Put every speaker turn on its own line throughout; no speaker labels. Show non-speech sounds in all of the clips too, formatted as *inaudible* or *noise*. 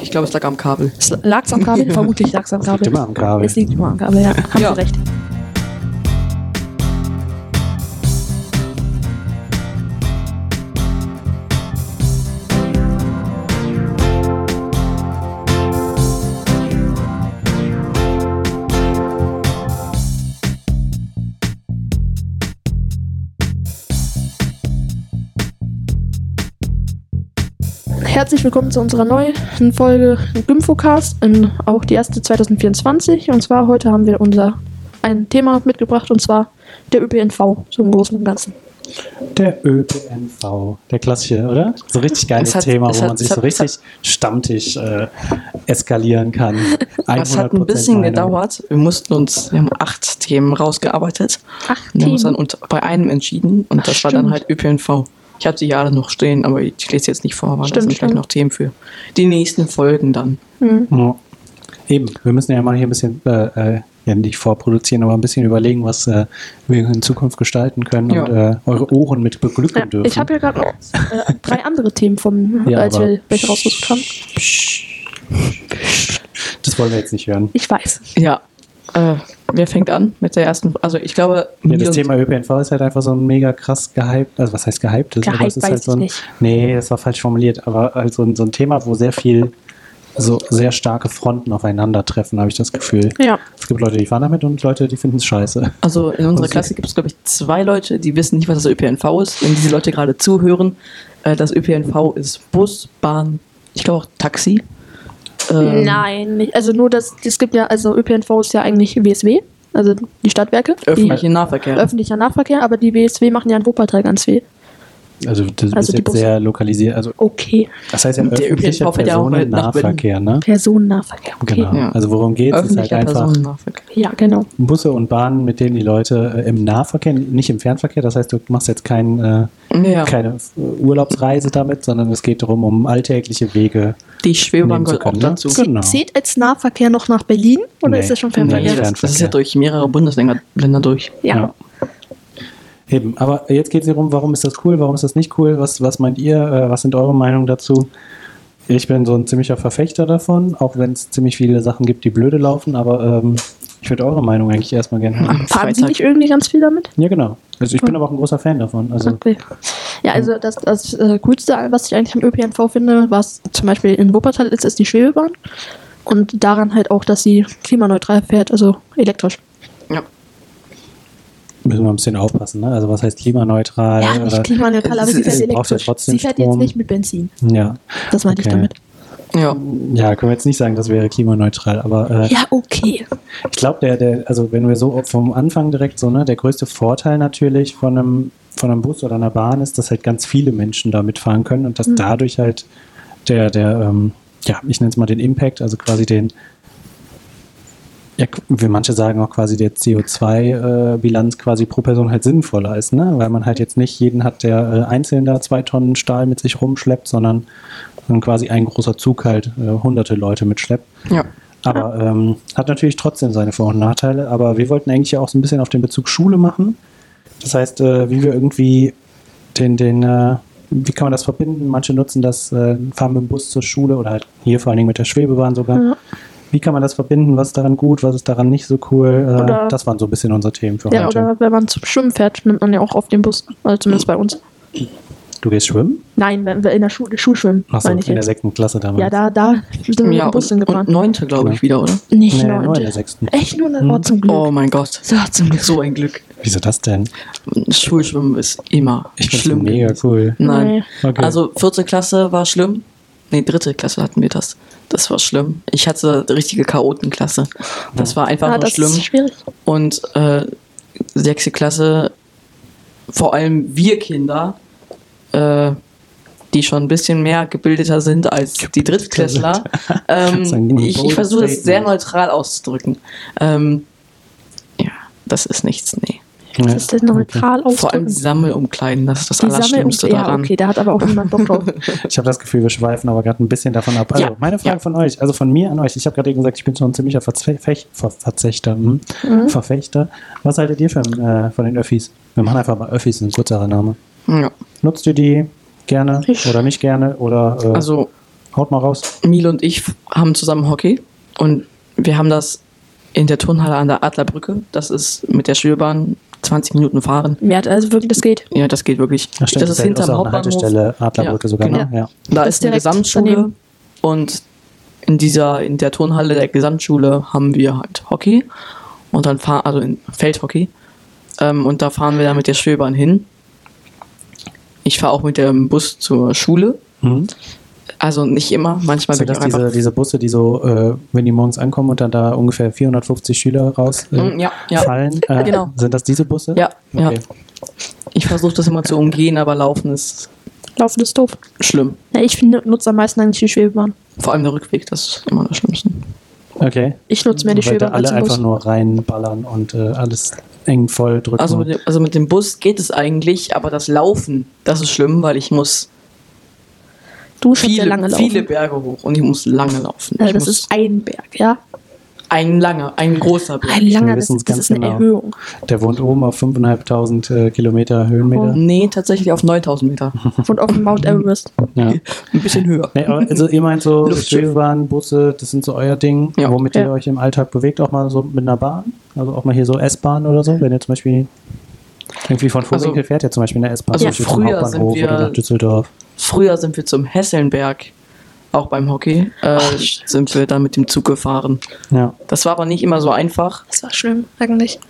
Ich glaube, es lag am Kabel.
Lag's am
*laughs*
Kabel? Vermutlich lag's am
Liegt
Kabel.
immer am Kabel.
Es liegt immer am Kabel, ja. Haben
Ja.
Sie recht. Herzlich willkommen zu unserer neuen Folge Gymphocast, in auch die erste 2024. Und zwar heute haben wir unser ein Thema mitgebracht und zwar der ÖPNV, so im Großen und Ganzen.
Der ÖPNV. Der klassische, oder? So ein richtig geiles
Es hat-
Thema,
es
wo
hat-
man sich
es hat-
so
es hat-
richtig stammtisch äh, eskalieren
*laughs*
kann.
Es hat ein
100%
bisschen
Meinung.
gedauert. Wir mussten uns, wir haben acht Themen rausgearbeitet.
Acht
Und wir haben uns dann
Themen.
unter, bei einem entschieden und das war dann
stimmt.
halt ÖPNV. Ich habe die Jahre noch stehen, aber ich lese jetzt nicht vor, aber da
Stimmt,
sind
stimmt.
vielleicht noch Themen für die nächsten Folgen dann.
Hm.
Ja. Eben, wir müssen ja mal hier ein bisschen, äh, äh, ja nicht vorproduzieren, aber ein bisschen überlegen, was äh, wir in Zukunft gestalten können
Ja.
und äh, eure Ohren mit beglücken
Ja,
dürfen.
ich habe ja gerade noch
*laughs*
äh, drei andere Themen, vom,
Ja,
als
aber-
wir welche rausgesucht haben.
das wollen wir jetzt nicht hören.
Ich weiß.
Ja. Äh, wer fängt an mit der ersten? Also ich glaube,
Ja,
mir
das
und-
Thema ÖPNV ist halt einfach so ein mega krass gehypt, also was heißt gehypt? Ist, aber
Gehypt
es ist
weiß
halt so
ich
ein,
nicht.
Nee, das war falsch formuliert, aber halt so, ein- so ein Thema, wo sehr viel, so sehr starke Fronten aufeinandertreffen, habe ich das Gefühl.
Ja.
Es gibt Leute, die fahren damit und Leute, die finden es scheiße.
Also in unserer
Also-
Klasse gibt es, glaube ich, zwei Leute, die wissen nicht, was das ÖPNV ist. Wenn diese Leute gerade zuhören, äh, das ÖPNV ist Bus, Bahn, ich glaube auch Taxi. Ähm,
Nein, nicht. also nur das, es gibt ja, also ÖPNV ist ja eigentlich WSW, also die Stadtwerke.
Öffentlichen
Die,
Nahverkehr.
öffentlicher Nahverkehr, aber die WSW machen ja in Wuppertal ganz viel.
Also das
Also die
ist jetzt
Busse.
sehr lokalisiert, also
Okay.
das heißt ja
Der
öffentlicher
ÖPNV fährt ja auch weit nach
Personennahverkehr, ne?
Personennahverkehr. Okay.
Genau.
Ja.
Also worum geht es? Ist halt
Öffentlicher
einfach
Personennahverkehr.
Ja, genau.
Busse und Bahnen, mit denen die Leute äh, im Nahverkehr, nicht im Fernverkehr, das heißt, du machst jetzt keinen äh,
Ja.
keine äh, Urlaubsreise damit, sondern es geht darum, um alltägliche Wege.
Die Schwebebahn
Nehmen zu
gehört auch
können, ne?
dazu.
Genau.
Zählt als Nahverkehr noch nach Berlin oder
Nee.
ist das schon
Ja,
Fernverkehr?
Nee.
das, das ist ja
Fernverkehr.
durch mehrere Bundesländer Länder durch.
Ja.
Eben, aber jetzt geht es darum, warum ist das cool, warum ist das nicht cool, was, was meint ihr, äh, was sind eure Meinungen dazu? Ich bin so ein ziemlicher Verfechter davon, auch wenn es ziemlich viele Sachen gibt, die blöde laufen, aber ähm, ich würde eure Meinung eigentlich erstmal gerne
*laughs*
hören.
Am
Fahren Sie
Freitag
nicht irgendwie ganz viel damit?
Ja, genau. Also ich bin
Hm.
aber auch ein großer Fan davon. Also
Okay. Ja, also das, das äh, Coolste, was ich eigentlich am ÖPNV finde, was zum Beispiel in Wuppertal ist, ist die Schwebebahn. Und daran halt auch, dass sie klimaneutral fährt, also elektrisch.
Ja.
müssen wir ein bisschen aufpassen, ne? Also was heißt klimaneutral?
ja, nicht
oder-
klimaneutral, aber
es-
sie
es
fährt
braucht ja
elektrisch.
trotzdem
sie fährt jetzt
Strom.
nicht mit Benzin.
ja.
Das meinte ich
Okay.
damit.
Ja.
ja, können wir jetzt nicht sagen, das wäre klimaneutral, aber äh,
Ja, okay.
Ich glaube, der, der, also wenn wir so vom Anfang direkt so, ne, der größte Vorteil natürlich von einem, von einem Bus oder einer Bahn ist, dass halt ganz viele Menschen da mitfahren können und dass dadurch halt der, der, ähm, ja, ich nenne es mal den Impact, also quasi den, ja, wie manche sagen auch quasi der CO2-Bilanz äh, quasi pro Person halt sinnvoller ist, ne? Weil man halt jetzt nicht jeden hat, der äh, einzeln da zwei Tonnen Stahl mit sich rumschleppt, sondern sondern quasi ein großer Zug halt äh, hunderte Leute mitschleppt.
Ja.
Aber ähm, hat natürlich trotzdem seine Vor- und Nachteile. Aber wir wollten eigentlich ja auch so ein bisschen auf den Bezug Schule machen. Das heißt, äh, wie wir irgendwie den, den, äh, wie kann man das verbinden? Manche nutzen das, äh, fahren mit dem Bus zur Schule oder halt hier vor allen Dingen mit der Schwebebahn sogar.
Ja.
Wie kann man das verbinden? Was ist daran gut? Was ist daran nicht so cool?
Oder-
Äh, das waren so ein bisschen unsere Themen für
Ja,
heute.
oder wenn man zum Schwimmen fährt, nimmt man ja auch auf den Bus. Also
Mhm.
zumindest bei uns.
Du gehst schwimmen?
Nein, wenn wir in der Schule, Schulschwimmen,
Achso,
meine
in
ich
der
jetzt.
sechsten Klasse damals.
Ja, da, da sind wir mit
ja
dem Bus
und, und
hingefahren.
neunte, glaube ich, wieder, oder?
Nicht
Nee,
neunte.
nur in der Mhm. sechsten.
Echt nur eine, oh, zum Glück.
Oh mein Gott.
So, zum Glück.
So ein Glück.
Wieso das denn?
Schulschwimmen ist immer
Ich find's
schlimm.
mega cool.
Nein.
Nee. Okay.
Also vierte Klasse war schlimm. Nee, dritte Klasse hatten wir das. Das war schlimm. Ich hatte eine richtige Chaotenklasse. Das war einfach
Ah,
nur
das
schlimm.
ist schwierig.
Und äh, sechste Klasse, vor allem wir Kinder, äh, die schon ein bisschen mehr gebildeter sind als die Drittklässler,
Das ist ein
ähm, ich, ich
boldes
versuche das sehr
Statement.
neutral auszudrücken. Ähm, ja, das ist nichts, nee.
Das ist das neutral okay.
Vor allem die Sammelumkleiden, das ist das Allerschlimmste
ja,
daran.
okay, da hat aber auch niemand Bock drauf.
*laughs* Ich habe das Gefühl, wir schweifen aber gerade ein bisschen davon ab. Also,
Ja.
meine Frage
Ja.
von euch, also von mir an euch. Ich habe gerade eben gesagt, ich bin schon ein ziemlicher Verzwe- Fech- Ver Verzechter, hm?
Mhm.
Verfechter. Was haltet ihr von, äh, von den Öffis? Wir machen einfach mal Öffis, ein kurzer Name.
Ja.
Nutzt ihr die gerne
Ich-
oder nicht gerne? Oder äh,
Also
Haut mal raus.
Mil und ich haben zusammen Hockey und wir haben das in der Turnhalle an der Adlerbrücke. Das ist mit der Schwebahn 20 Minuten fahren.
Ja, also wirklich, das geht.
Ja, das geht wirklich.
Ach, stimmt,
das ist
ja
hinterm
außer einer
Hauptbahnhof.
Haltestelle Adlerbrücke
Ja,
sogar, ne?
genau.
Ja.
Da
Das
ist eine
direkt
Gesamtschule
daneben.
und in dieser, in der Turnhalle der Gesamtschule haben wir halt Hockey und dann fahren, also in Feldhockey. Ähm, und da fahren wir dann mit der Schwebahn hin. Ich fahre auch mit dem Bus zur Schule.
Mhm.
Also nicht immer, manchmal
Sind
bin ich
das
auch einfach.
diese, diese Busse, die so, äh, wenn die morgens ankommen und dann da ungefähr 450 Schüler raus äh,
Mm, ja, ja.
fallen? Äh,
Genau.
Sind das diese Busse?
Ja, ja.
Okay.
Ich versuche das immer zu umgehen, aber laufen ist
Laufen ist doof.
schlimm.
Ja, ich finde, nutze am meisten eigentlich die Schwebebahn.
Vor allem der Rückweg, das ist immer das Schlimmste.
okay.
Ich nutze mehr die
Weil da
Schwebebahn
alle
als den
einfach
Bus.
nur reinballern und äh, alles eng voll drücken.
Also mit, dem, also mit dem Bus geht es eigentlich, aber das Laufen, das ist schlimm, weil ich muss
Du musst ja
viele,
lange laufen.
viele Berge hoch und ich muss lange laufen.
Also
ich
das
muss
ist ein Berg, ja.
ein langer, ein großer Berg.
Ein langer,
Wir
das
wissen's
ist, das ist
ganz
eine
genau. *laughs*
Erhöhung.
Der wohnt oben auf 5.500 äh, Kilometer Höhenmeter.
Nee, tatsächlich auf 9000 Meter.
Und auf dem Mount Everest.
Ja.
Ein
*laughs*
bisschen höher.
Nee, aber also ihr meint so
Oh. *laughs* Luftschiff.
Schwebebahn, Busse, das sind so euer Ding,
Ja.
womit
Ja.
ihr euch im Alltag bewegt, auch mal so mit einer Bahn, also auch mal hier so S-Bahn oder so, wenn ihr zum Beispiel irgendwie von Vogelwinkel
Also-
fährt ja zum Beispiel eine S-Bahn
also
zum Beispiel
früher sind wir-
oder nach Düsseldorf.
Früher sind wir zum Hesselnberg, auch beim Hockey, äh, sind wir dann mit dem Zug gefahren.
Ja.
Das war aber nicht immer so einfach,
Das war schlimm, eigentlich.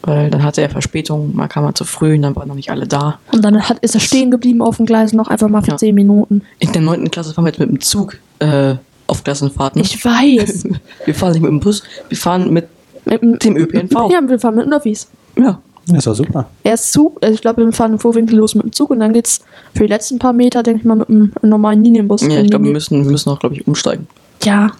weil dann hatte er Verspätung, man kam mal zu früh und dann waren noch nicht alle da.
Und dann hat, ist er stehen geblieben auf dem Gleis noch einfach mal für
Ja. Hm.
10 Minuten.
In der 9. Klasse fahren wir jetzt mit dem Zug äh, auf Klassenfahrten.
Ich weiß.
wir fahren nicht mit dem Bus, wir fahren *laughs* mit
mit dem-
dem ÖPNV.
Ja, wir fahren mit den Öffis.
Ja.
Das war super.
Erst Zug, also ich glaube, wir fahren im Vorwinkel los mit dem Zug und dann geht's für die letzten paar Meter, denke ich mal, mit einem normalen Linienbus.
ja ich glaube, wir müssen, wir müssen auch, glaube ich, umsteigen.
ja,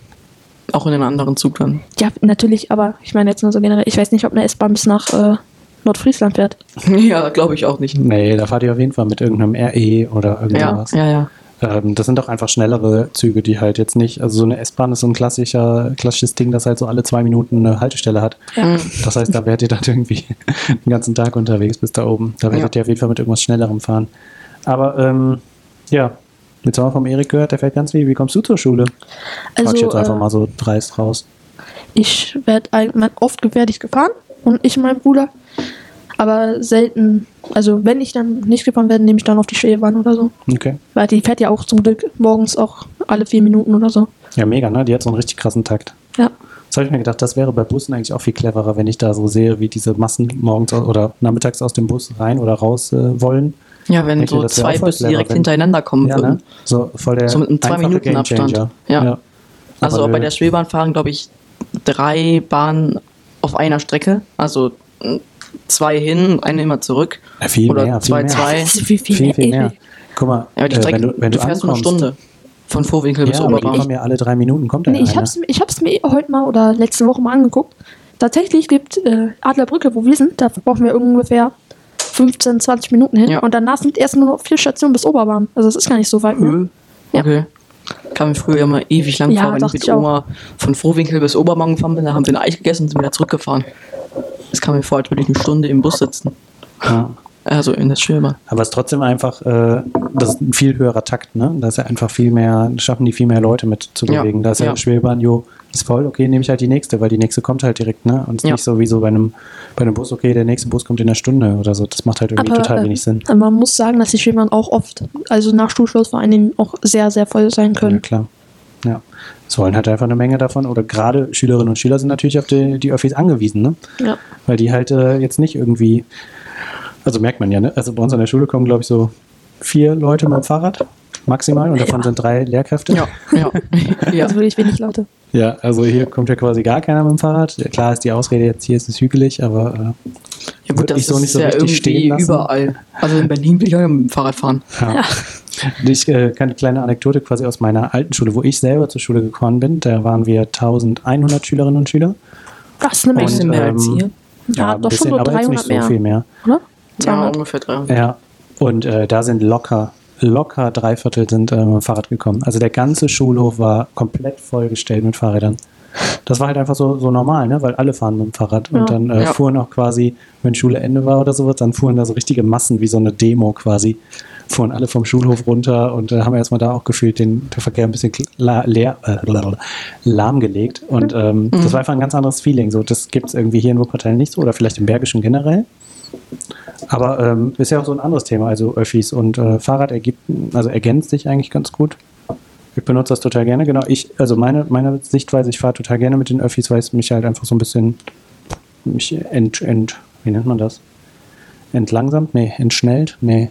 Auch in einen anderen Zug dann.
ja, natürlich, aber ich meine jetzt nur so generell, ich weiß nicht, ob eine S-Bahn bis nach äh, Nordfriesland fährt.
*laughs* ja, glaube ich auch nicht.
Nee, da fahrt ihr auf jeden Fall mit irgendeinem RE oder
Ja,
irgendwas.
ja, ja.
Ähm, das sind doch einfach schnellere Züge, die halt jetzt nicht, also so eine S-Bahn ist so ein klassischer, klassisches Ding, das halt so alle zwei Minuten eine Haltestelle hat.
Ja.
Das heißt, da wärt ihr dann irgendwie *laughs* den ganzen Tag unterwegs bis da oben. Da werdet
Ja.
ihr auf jeden Fall mit irgendwas Schnellerem fahren. Aber ähm, ja, jetzt haben wir vom Erik gehört, der fährt ganz viel. Wie kommst du zur Schule? Frag ich
Also,
jetzt einfach
äh,
mal so dreist raus.
Ich werde einmal oft werde ich gefahren und ich und mein Bruder. Aber selten, also wenn ich dann nicht gefahren werde, nehme ich dann auf die Schwebebahn oder so.
Okay.
Weil die fährt ja auch zum Glück morgens auch alle vier Minuten oder so.
Ja, mega, ne? Die hat so einen richtig krassen Takt.
Ja.
Das habe ich mir gedacht, das wäre bei Bussen eigentlich auch viel cleverer, wenn ich da so sehe, wie diese Massen morgens au- oder nachmittags aus dem Bus rein oder raus äh, wollen.
Ja, wenn
Denke,
so
das wär
zwei
auch voll
Busse
clever,
direkt
wenn-
hintereinander kommen
Ja,
würden.
ne? So voll der
So mit einem
einfache
Zwei-Minuten-Abstand.
Gamechanger.
Ja. Also
Aber
bei
wir-
der Schwebahn fahren, glaube ich, drei Bahnen auf einer Strecke. Also mh, zwei hin, eine immer zurück.
Ja, viel
oder
mehr, viel
zwei,
mehr.
zwei.
Das ist wie viel,
viel, viel mehr.
ewig.
Guck mal,
Ja, aber die
äh,
Strecke,
wenn du, wenn du,
fährst nur eine
ankommst,
Stunde. Von Vorwinkel bis
Ja, aber die
Oberbahn.
kommen ja ne? alle drei Minuten, kommt da
Nee, ich
einer.
hab's, ich hab's mir heute mal oder letzte Woche mal angeguckt. Tatsächlich gibt äh, Adlerbrücke, wo wir sind, da brauchen wir ungefähr 15, 20 Minuten hin.
Ja.
Und danach sind erst nur noch vier Stationen bis Oberbahn. Also das ist gar nicht so weit.
Mhm.
Öl.
Ne?
Okay. Kam mir früher immer ewig lang
Ja,
vor, wenn ich
dachte
mit
ich auch.
Oma von Vorwinkel bis Obermann gefahren bin, da haben wir ein Eis gegessen und sind wieder zurückgefahren. Es kam mir vor, als würde ich eine Stunde im Bus sitzen.
Ja.
Also in der Schwebahn.
Aber es ist trotzdem einfach, äh, das ist ein viel höherer Takt, ne? Da ist ja einfach viel mehr, schaffen die viel mehr Leute mit zu
Ja,
bewegen. Da ist ja,
ja.
Schwebahn, jo, ist voll, okay, nehme ich halt die nächste, weil die nächste kommt halt direkt, ne? Und es ist
Ja.
nicht so wie so bei einem, bei einem Bus, okay, der nächste Bus kommt in einer Stunde oder so. Das macht halt irgendwie
Aber
total
äh,
wenig Sinn.
man muss sagen, dass die Schwebebahn auch oft, also nach Schulschluss vor allen Dingen auch sehr, sehr voll sein
Ja,
können.
klar. Ja. Es wollen halt einfach eine Menge davon. Oder gerade Schülerinnen und Schüler sind natürlich auf die, die Öffis angewiesen, ne?
Ja.
Weil die halt äh, jetzt nicht irgendwie, also merkt man ja, ne? Also bei uns an der Schule kommen, glaube ich, so vier Leute mit dem Fahrrad maximal und davon sind drei Lehrkräfte.
Ja,
*laughs*
ja. ja.
Also wirklich wenig Leute.
Ja, also hier kommt ja quasi gar keiner mit dem Fahrrad. Ja, Klar ist die Ausrede jetzt, hier ist es hügelig, aber
Ja,
Wird
gut, das
ich so
ist
nicht so
ja
richtig
irgendwie
stehen lassen.
überall. Also in Berlin will ich auch ja mit dem Fahrrad fahren.
äh, ja. Ich äh, kann eine kleine Anekdote quasi aus meiner alten Schule, wo ich selber zur Schule gekommen bin. Da waren wir 1100 Schülerinnen und Schüler.
Das ist eine
Ein
Menge,
bisschen mehr als
ähm,
hier.
Ja, doch schon so
aber jetzt nicht
300
so
mehr.
viel mehr.
oder?
Ja,
200.
ungefähr 300.
Ja, und äh, da sind locker, locker drei Viertel sind äh, mit dem Fahrrad gekommen. Also der ganze Schulhof war komplett vollgestellt mit Fahrrädern. Das war halt einfach so, so normal, ne? weil alle fahren mit dem Fahrrad.
Ja.
Und dann äh,
Ja.
fuhren auch quasi, wenn Schule Ende war oder sowas, dann fuhren da so richtige Massen wie so eine Demo quasi fuhren alle vom Schulhof runter und da haben wir erstmal da auch gefühlt den, den Verkehr ein bisschen la- leer, äh, blablabla, lahmgelegt. Und ähm, das war einfach ein ganz anderes Feeling. So, das gibt es irgendwie hier in Wuppertal nicht so oder vielleicht im Bergischen generell. Aber ähm, ist ja auch so ein anderes Thema. Also Öffis und äh, Fahrrad ergibt, also ergänzt sich eigentlich ganz gut. Ich benutze das total gerne, genau. Ich, also meine, meine Sichtweise, ich fahre total gerne mit den Öffis, weil es mich halt einfach so ein bisschen mich ent, ent, wie nennt man das? Entlangsamt? Nee, entschnellt? Nee.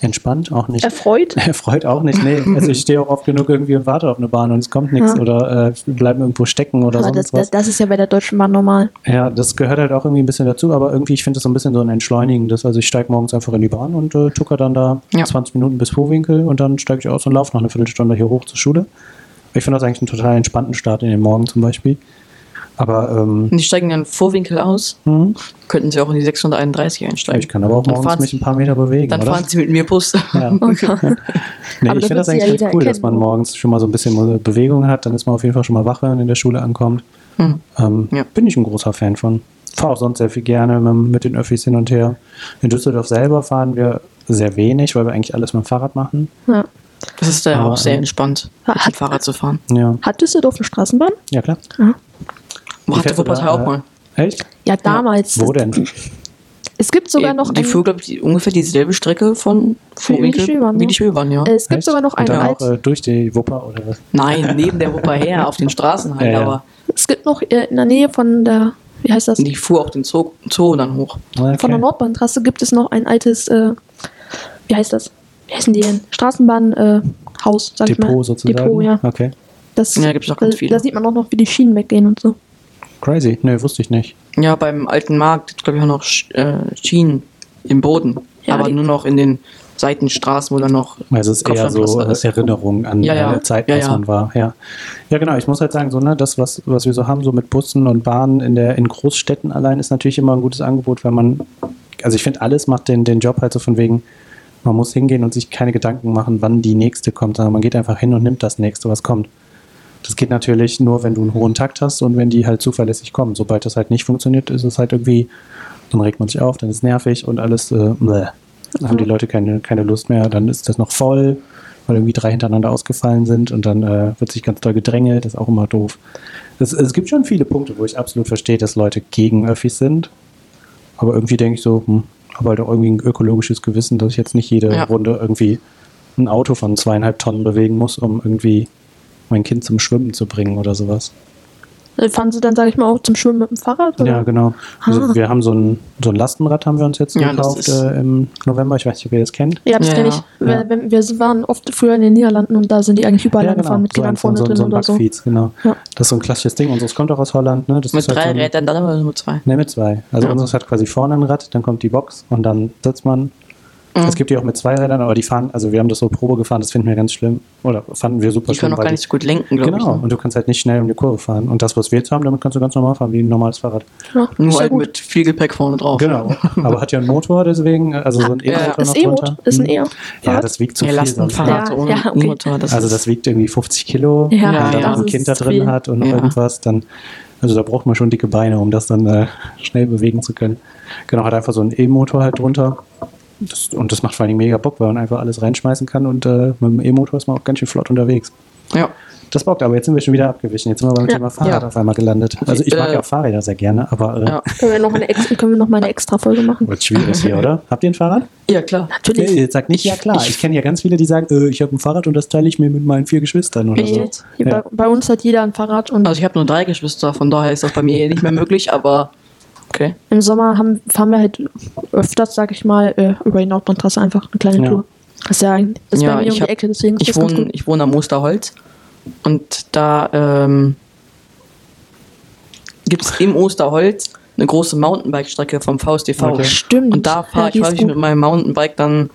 Entspannt? Auch nicht.
Erfreut?
*laughs* Erfreut auch nicht, nee. Also ich stehe auch oft genug irgendwie und warte auf eine Bahn und es kommt nichts
Ja.
oder äh, wir bleiben irgendwo stecken oder
Aber
sonst
Ah, das,
was.
das, das ist ja bei der Deutschen Bahn normal.
Ja, das gehört halt auch irgendwie ein bisschen dazu, aber irgendwie, ich finde das so ein bisschen so ein entschleunigendes. Also ich steige morgens einfach in die Bahn und äh, tucker dann da
Ja.
20 Minuten bis Vorwinkel und dann steige ich aus und laufe noch eine Viertelstunde hier hoch zur Schule. Ich finde das eigentlich einen total entspannten Start in den Morgen zum Beispiel. Aber ähm,
Und die steigen dann Vorwinkel aus,
hm,
könnten sie auch in die 631
ich
einsteigen.
kann aber auch
Dann
morgens
fahren-
mich ein paar Meter bewegen,
Dann
oder?
fahren sie mit mir Bus.
Ja. Nee,
Aber
ich
da
finde das
wird sie
eigentlich
ja
ganz cool,
jeder
dass man
erkennen.
morgens schon mal so ein bisschen Bewegung hat. Dann ist man auf jeden Fall schon mal wach, wenn man in der Schule ankommt.
Hm.
Ähm,
Ja.
Bin ich ein großer Fan von. Fahre auch sonst sehr viel gerne mit, mit den Öffis hin und her. In Düsseldorf selber fahren wir sehr wenig, weil wir eigentlich alles mit dem Fahrrad machen.
Ja.
*laughs* Das ist ja
Aber,
auch sehr
ähm,
entspannt, mit dem
hat-
Fahrrad zu
*laughs*
fahren.
Ja,
Hat Düsseldorf eine Straßenbahn?
ja klar.
Wo hatte
fährst du da,
Wuppertal auch
äh,
mal?
Echt?
Ja, damals.
Wo denn?
Es gibt sogar noch
Äh, die
ein-
fuhr, glaube ich, die- ungefähr dieselbe Strecke von Vorwinkel
Schülbahn,
ne?
wie
ja.
die Schülbahn, ja.
Es gibt
Echt?
sogar noch
Und
eine
dann
alt,
auch äh, durch die Wupper oder was?
Nein, neben der Wupper her, auf den Straßen halt,
*laughs* Ja, ja.
aber
es gibt noch äh, in der Nähe von der, wie heißt das?
die fuhr auch den Zoo, Zoo dann hoch.
Okay.
Von der Nordbahntrasse gibt es noch ein altes, äh, wie heißt das? Wie heißen die denn? Straßenbahnhaus, äh, Haus, sag ich
ne?
mal.
Depot sozusagen.
Depot, ja.
Okay.
Das,
Ja, gibt's auch ganz
da,
viele.
Da sieht man auch noch, wie die Schienen weggehen und so.
Crazy. Nee, wusste ich nicht.
Ja, beim alten Markt, glaube ich, auch noch Sch- äh, Schienen im Boden,
Ja,
aber
die-
nur noch in den Seitenstraßen, wo dann noch
Also es ist eher so
Kopfsteinpflaster ist.
äh, Erinnerung an
Ja, ja.
äh, Zeit,
Ja,
als
ja.
man war. Ja. ja, genau. Ich muss halt sagen, so ne, das, was, was wir so haben, so mit Bussen und Bahnen in der in Großstädten allein, ist natürlich immer ein gutes Angebot, weil man, also ich finde, alles macht den, den Job halt so von wegen, man muss hingehen und sich keine Gedanken machen, wann die nächste kommt, sondern man geht einfach hin und nimmt das nächste, was kommt. Das geht natürlich nur, wenn du einen hohen Takt hast und wenn die halt zuverlässig kommen. Sobald das halt nicht funktioniert, ist es halt irgendwie, dann regt man sich auf, dann ist es nervig und alles, äh, bläh. dann haben die Leute keine, keine Lust mehr, dann ist das noch voll, weil irgendwie drei hintereinander ausgefallen sind und dann äh, wird sich ganz doll gedrängelt, das ist auch immer doof. Es, es gibt schon viele Punkte, wo ich absolut verstehe, dass Leute gegen Öffis sind, aber irgendwie denke ich so, hm, habe halt auch irgendwie ein ökologisches Gewissen, dass ich jetzt nicht jede
Ja.
Runde irgendwie ein Auto von zweieinhalb Tonnen bewegen muss, um irgendwie mein Kind zum Schwimmen zu bringen oder sowas.
Äh, Fahren sie dann, sag ich mal, auch zum Schwimmen mit dem Fahrrad? Oder?
Ja, genau. Also
Ah.
wir haben so ein, so ein Lastenrad haben wir uns jetzt
Ja, das
gekauft
ist-
äh, im November. Ich weiß nicht, ob ihr das kennt.
Ja, das
Ja,
kenne
ja.
ich. Weil
Ja.
Wenn, wir waren oft früher in den Niederlanden und da sind die eigentlich überall
ja, genau.
angefahren mit
so
Kindern
ein, so, ein-
vorne
so, ein-
drin
so ein
oder so.
Backfiets, genau.
Ja.
Das ist so ein klassisches Ding. Unseres kommt auch aus Holland. Ne? Das
mit
ist halt
drei
so ein,
Rädern, dann aber nur mit zwei.
Ne, mit zwei. Also
Ja.
unseres hat quasi vorne ein Rad, dann kommt die Box und dann sitzt man.
Mhm.
Es gibt die auch mit zwei Rädern, aber die fahren, also wir haben das so Probe gefahren, das finden wir ganz schlimm. Oder fanden wir super
Die
schlimm.
können auch
weil
gar nicht so gut lenken, glaube
Genau,
ich. Ne?
und du kannst halt nicht schnell um die Kurve fahren. Und das, was wir jetzt haben, damit kannst du ganz normal fahren, wie ein normales Fahrrad.
Ja,
Nur
ist ja
halt
gut.
mit viel Gepäck vorne drauf.
Genau, aber hat ja einen Motor, deswegen, also so ein E-Motor
ist
noch
E-Motor,
drunter.
ist
Mhm.
ein
Hm.
E-Motor.
Ja, das wiegt zu
Ja,
viel.
lasst ein
sonst.
Fahrrad
Ja,
ohne
ja, okay.
Motor. Das
Also
ist,
das wiegt irgendwie 50 Kilo,
Ja,
wenn man
ja,
dann noch
das
ein
ist
Kind da drin
viel.
hat und noch
Ja.
irgendwas, dann, also da braucht man schon dicke Beine, um das dann äh, schnell bewegen zu können. Genau, hat einfach so einen E-Motor halt drunter. Das, und das macht vor allem mega Bock, weil man einfach alles reinschmeißen kann und äh, mit dem E-Motor ist man auch ganz schön flott unterwegs.
ja.
Das bockt, aber jetzt sind wir schon wieder abgewichen. Jetzt sind wir beim
Ja.
Thema Fahrrad
Ja.
auf einmal gelandet. Also ich mag
Äh,
ja auch Fahrräder sehr gerne, aber äh,
Ja.
Können wir noch eine extra, können wir noch mal eine extra Folge machen?
wird schwierig hier, oder? Habt ihr ein Fahrrad?
ja, klar.
Natürlich.
Nee, jetzt sagt nicht, ja klar. Ich, kenne ja ganz viele, die sagen, äh, ich habe ein Fahrrad und das teile ich mir mit meinen vier Geschwistern oder
Wie
so.
jetzt? Hier
Ja.
bei, bei uns hat jeder ein Fahrrad und
Also ich habe nur drei Geschwister, von daher ist das bei mir eh nicht mehr möglich, aber okay.
im Sommer haben, fahren wir halt öfters, sag ich mal, äh, über die Nordbahntrasse einfach eine kleine
Ja.
Tour. Das ist ja eigentlich das ist
Ja,
bei mir
ich
um die
hab-
Ecke, deswegen ist
Ich
das ganz
wohne,
gut.
ich wohne am Osterholz und da ähm, gibt es im Osterholz eine große Mountainbike-Strecke vom VSTV.
Okay.
Stimmt.
Und da fahre
Ja, die
ich
ist
häufig
gut.
mit meinem Mountainbike dann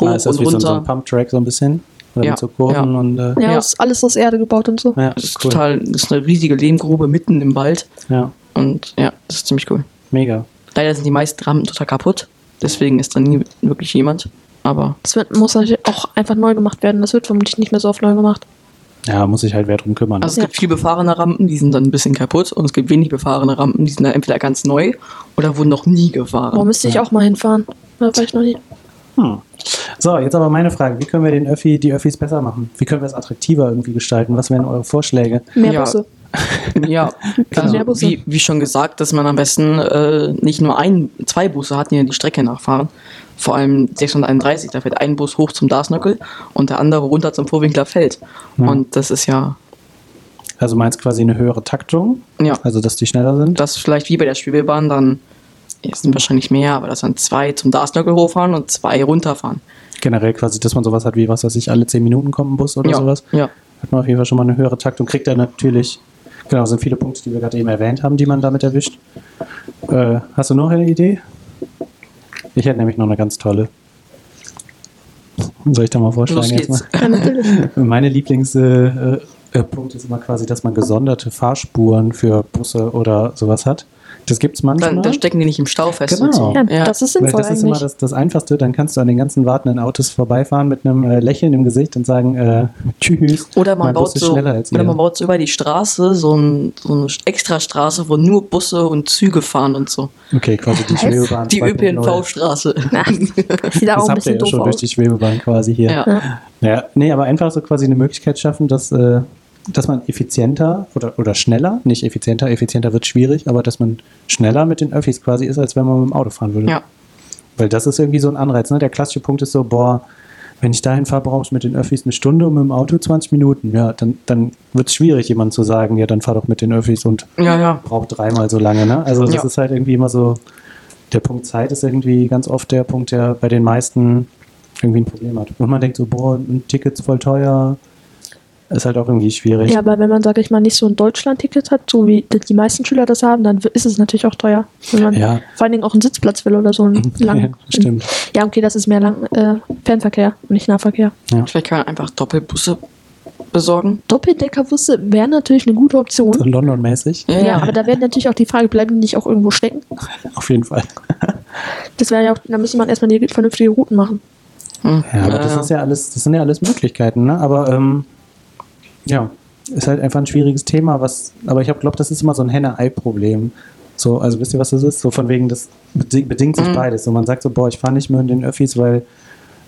hoch
Ah, ist das
und
wie so ein, so ein
runter.
Pumptrack so ein bisschen? Oder
Ja,
mit so Kurven
ja.
und äh,
Ja,
Ja.
das ist alles aus Erde gebaut und so.
ja,
das ist
cool.
total, das ist eine riesige Lehmgrube mitten im Wald
ja,
und ja, das ist ziemlich cool.
mega.
Leider sind die meisten Rampen total kaputt, deswegen ist da nie wirklich jemand. Aber
Das wird, muss natürlich auch einfach neu gemacht werden. Das wird vermutlich nicht mehr so oft neu gemacht.
Ja, muss sich halt wer drum kümmern.
also es
Ja.
gibt viel befahrene Rampen, die sind dann ein bisschen kaputt und es gibt wenig befahrene Rampen, die sind dann entweder ganz neu oder wurden noch nie gefahren.
Warum müsste ich auch mal hinfahren? Da war ich noch nie.
hm. So, jetzt aber meine Frage. Wie können wir den Öffi, die Öffis besser machen? Wie können wir es attraktiver irgendwie gestalten? Was wären eure Vorschläge?
Mehr
Ja.
Busse.
*laughs* Ja, also,
Mehr Busse.
wie, wie schon gesagt, dass man am besten äh, nicht nur ein, zwei Busse hat, die ja die Strecke nachfahren. Vor allem 631, da fährt ein Bus hoch zum Darsnöckel und der andere runter zum Vorwinkler Feld.
Ja.
Und das ist ja,
Also meinst quasi eine höhere Taktung?
ja,
Also, dass die schneller sind?
das vielleicht wie bei der Schwebebahn dann, jetzt sind wahrscheinlich mehr, aber dass dann zwei zum Darsnöckel hochfahren und zwei runterfahren.
Generell quasi, dass man sowas hat wie, was weiß ich, alle 10 Minuten kommt ein Bus oder
ja,
sowas.
ja,
Hat man auf jeden Fall schon mal eine höhere Taktung. Kriegt er natürlich, genau, sind viele Punkte, die wir gerade eben erwähnt haben, die man damit erwischt. Äh, hast du noch eine Idee? Ich hätte nämlich noch eine ganz tolle. Soll ich da mal vorschlagen?
los geht's.
erstmal? *laughs* Meine Lieblingspunkt äh, äh, Punkt ist immer quasi, dass man gesonderte Fahrspuren für Busse oder sowas hat. Das gibt es manchmal.
Dann, dann stecken die nicht im Stau fest.
Genau.
und so.
Ja,
Ja.
das ist
Weil
sinnvoll
das ist immer
eigentlich.
das, das Einfachste. Dann kannst du an den ganzen wartenden Autos vorbeifahren mit einem äh, Lächeln im Gesicht und sagen, äh, *laughs* tschüss.
Oder man,
mein
baut
Bus ist
so,
schneller als
oder
ihr.
man baut so über die Straße so, ein, so eine extra Straße, wo nur Busse und Züge fahren und so.
Okay, quasi
*laughs*
die
Was?
Schwebebahn.
Die
2.0.
ÖPNV-Straße.
Sieht da
Das
auch ein
habt ihr
bisschen
ja
doof
schon durch
aus.
die Schwebebahn quasi hier.
Ja.
Ja, nee, aber einfach so quasi eine Möglichkeit schaffen, dass, äh, dass man effizienter oder, oder schneller, nicht effizienter, effizienter wird schwierig, aber dass man schneller mit den Öffis quasi ist, als wenn man mit dem Auto fahren würde.
ja.
Weil das ist irgendwie so ein Anreiz. Ne? Der klassische Punkt ist so, boah, wenn ich dahin fahre, brauche ich mit den Öffis eine Stunde und mit dem Auto 20 Minuten. Ja, dann, dann wird es schwierig, jemandem zu sagen, ja, dann fahr doch mit den Öffis und
Ja, ja.
braucht dreimal so lange. Ne? Also das
Ja.
ist halt irgendwie immer so, der Punkt Zeit ist irgendwie ganz oft der Punkt, der bei den meisten irgendwie ein Problem hat. Und man denkt so, boah, ein Ticket ist voll teuer, ist halt auch irgendwie schwierig.
Ja, aber wenn man, sag ich mal, nicht so ein Deutschland-Ticket hat, so wie die meisten Schüler das haben, dann ist es natürlich auch teuer. Wenn man
Ja.
vor allen Dingen auch einen Sitzplatz will oder so einen
*laughs* Ja,
langen.
stimmt.
Ja, okay, das ist mehr lang, äh, Fernverkehr und nicht Nahverkehr.
Vielleicht kann man einfach Doppelbusse besorgen.
Doppeldeckerbusse wären natürlich eine gute
So
Option.
London-mäßig,
Ja, aber da wäre natürlich auch die Frage, bleiben die nicht auch irgendwo stecken?
auf jeden Fall.
Das wäre ja auch, da müsste man erstmal die vernünftige Routen machen.
Hm.
Ja, aber das ist ja alles, das sind ja alles Möglichkeiten, ne? Aber ähm, ja, ist halt einfach ein schwieriges Thema, was, aber ich glaube, das ist immer so ein Henne-Ei-Problem. So, also wisst ihr, was das ist? So von wegen, das beding- bedingt sich
Mhm.
beides. So, man sagt so, boah, ich fahre nicht mehr in den Öffis, weil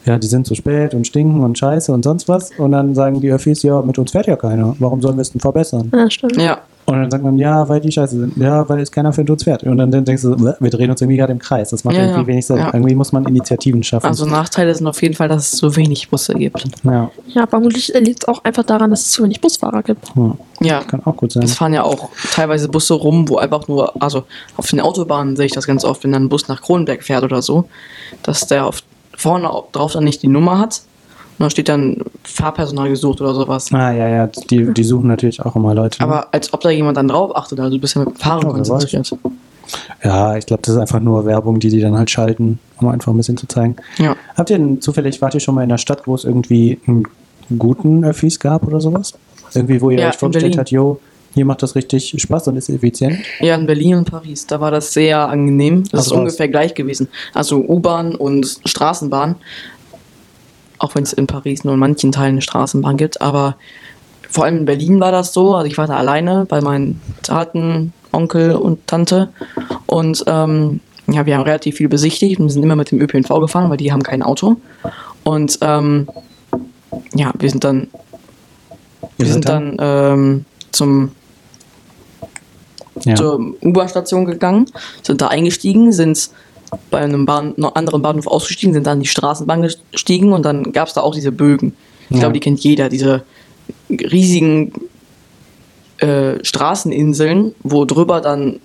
ja, die sind zu spät und stinken und scheiße und sonst was. Und dann sagen die Öffis, ja, mit uns fährt ja keiner. Warum sollen wir es denn verbessern?
Ja, stimmt.
ja.
Und dann sagt man, ja, weil die scheiße sind. Ja, weil es keiner für uns fährt. Und dann, dann denkst du, so, wir drehen uns irgendwie gerade im Kreis. Das macht
Ja,
irgendwie
ja.
wenig Sinn.
Ja.
Irgendwie muss man Initiativen schaffen.
Also Nachteile sind auf jeden Fall, dass es so wenig Busse gibt.
ja.
Ja, vermutlich liegt es auch einfach daran, dass es zu wenig Busfahrer gibt.
Hm.
Ja.
Kann auch gut sein.
Es fahren ja auch teilweise Busse rum, wo einfach nur, also auf den Autobahnen sehe ich das ganz oft, wenn dann ein Bus nach Kronenberg fährt oder so, dass der auf, vorne au- drauf dann nicht die Nummer hat. Und dann steht dann Fahrpersonal gesucht oder sowas.
Ah, ja, ja, die, die suchen natürlich auch immer Leute. ne?
Aber als ob da jemand dann drauf achtet, also du bist ja mit dem Fahren
Ja, wer weiß.
konzentriert.
ja, ich glaube, das ist einfach nur Werbung, die die dann halt schalten, um einfach ein bisschen zu zeigen.
Ja.
Habt ihr denn zufällig, wart ihr schon mal in einer Stadt, wo es irgendwie einen guten Öffis gab oder sowas? Irgendwie, wo ihr
Ja,
euch
in
vorgestellt
Berlin.
habt, jo, hier macht das richtig Spaß und ist effizient?
Ja, in Berlin und Paris, da war das sehr angenehm. Das
Was
ist
Also war's?
ungefähr gleich gewesen. Also U-Bahn und Straßenbahn. Auch wenn es in Paris nur in manchen Teilen eine Straßenbahn gibt. Aber vor allem in Berlin war das so. Also ich war da alleine bei meinen Taten, Onkel und Tante. Und ähm, ja, wir haben relativ viel besichtigt und sind immer mit dem ÖPNV gefahren, weil die haben kein Auto. Und ähm, ja, wir sind dann wir
Ihr
sind
seid
dann ähm, zum
ja.
zur U-Bahn-Station gegangen, sind da eingestiegen, sind bei einem Bahn, noch anderen Bahnhof ausgestiegen, sind dann in die Straßenbahn gestiegen und dann gab es da auch diese Bögen. Ich
Ja.
glaube, die kennt jeder, diese riesigen äh, Straßeninseln, wo drüber dann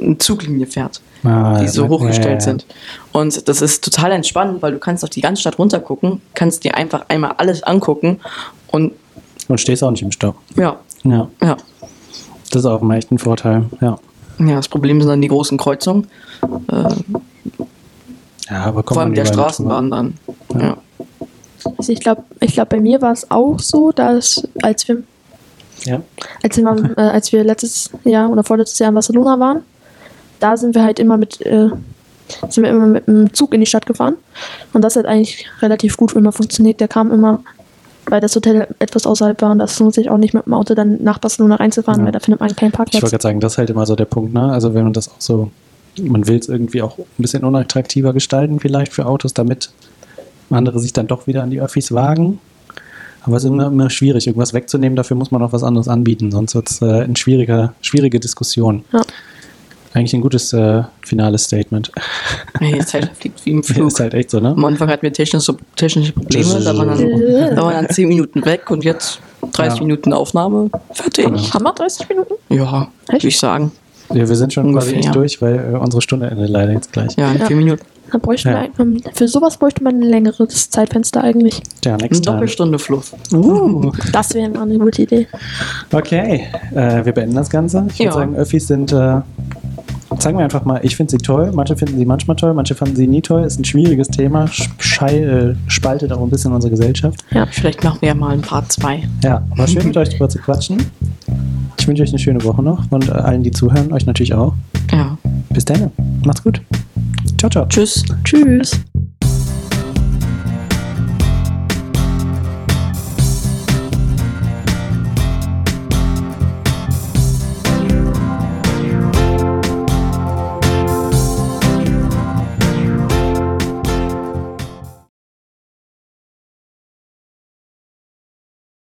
eine Zuglinie fährt,
Ah,
die so
ja,
hochgestellt
ja, ja.
sind. Und das ist total entspannend, weil du kannst auf die ganze Stadt runtergucken, kannst dir einfach einmal alles angucken und
Und stehst auch nicht im Stau.
ja,
Ja,
ja.
das ist auch immer echt ein Vorteil. Ja,
Ja, das Problem sind dann die großen Kreuzungen. Äh,
ja aber kommt
Vor allem
man
mit der
überall drüber.
Straßenbahn dann. Ja.
Also ich glaube, ich glaub, bei mir war es auch so, dass als wir
Ja.
Als wir, mal, äh, als wir letztes Jahr oder vorletztes Jahr in Barcelona waren, da sind wir halt immer mit, äh, sind wir immer mit dem Zug in die Stadt gefahren. Und das hat eigentlich relativ gut immer funktioniert. Der kam immer, weil das Hotel etwas außerhalb war und das lohnt sich auch nicht mit dem Auto dann nach Barcelona reinzufahren,
Ja.
weil da findet man keinen
Ich wollte
Parkplatz.
gerade sagen, das ist halt immer so der Punkt, ne? Also wenn man das auch so, man will es irgendwie auch ein bisschen unattraktiver gestalten, vielleicht für Autos, damit andere sich dann doch wieder an die Öffis wagen. Aber es ist immer, immer schwierig, irgendwas wegzunehmen. Dafür muss man auch was anderes anbieten. Sonst wird es äh, eine schwierige, schwierige Diskussion.
Ja.
Eigentlich ein gutes äh, finales Statement. *laughs*
Ey, die Zeit fliegt wie im
Das
Flug.
ist halt echt so, ne?
Am Anfang hatten wir technische, technische Probleme, da waren, dann, da waren dann 10 Minuten weg und jetzt 30
Ja.
Minuten Aufnahme. Fertig.
Haben wir 30 Minuten?
Ja,
Echt?
würde ich sagen.
Ja, wir sind schon quasi
Ungefähr,
echt
ja.
durch, weil äh, unsere Stunde endet leider jetzt gleich.
Ja, in
Ja.
4 Minuten.
Dann bräuchten
Ja.
wir ein, ähm, für sowas bräuchte man ein längeres Zeitfenster eigentlich.
Ja,
Eine
next time.
Doppelstunde Fluss.
Uh.
Das wäre mal eine gute Idee.
Okay, äh, wir beenden das Ganze. Ich würde
Ja.
sagen, Öffis sind, äh, sagen wir einfach mal, ich finde sie toll, manche finden sie manchmal toll, manche fanden sie nie toll. Ist ein schwieriges Thema, sch- schei- äh, spaltet auch ein bisschen unsere Gesellschaft.
Vielleicht machen wir ja mal ein Part 2.
Ja, war schön mit euch drüber zu quatschen. Ich wünsche euch eine schöne Woche noch und äh, allen, die zuhören, euch natürlich auch.
Ja.
Bis dann, macht's gut. Ciao, ciao.
Tschüss.
Tschüss.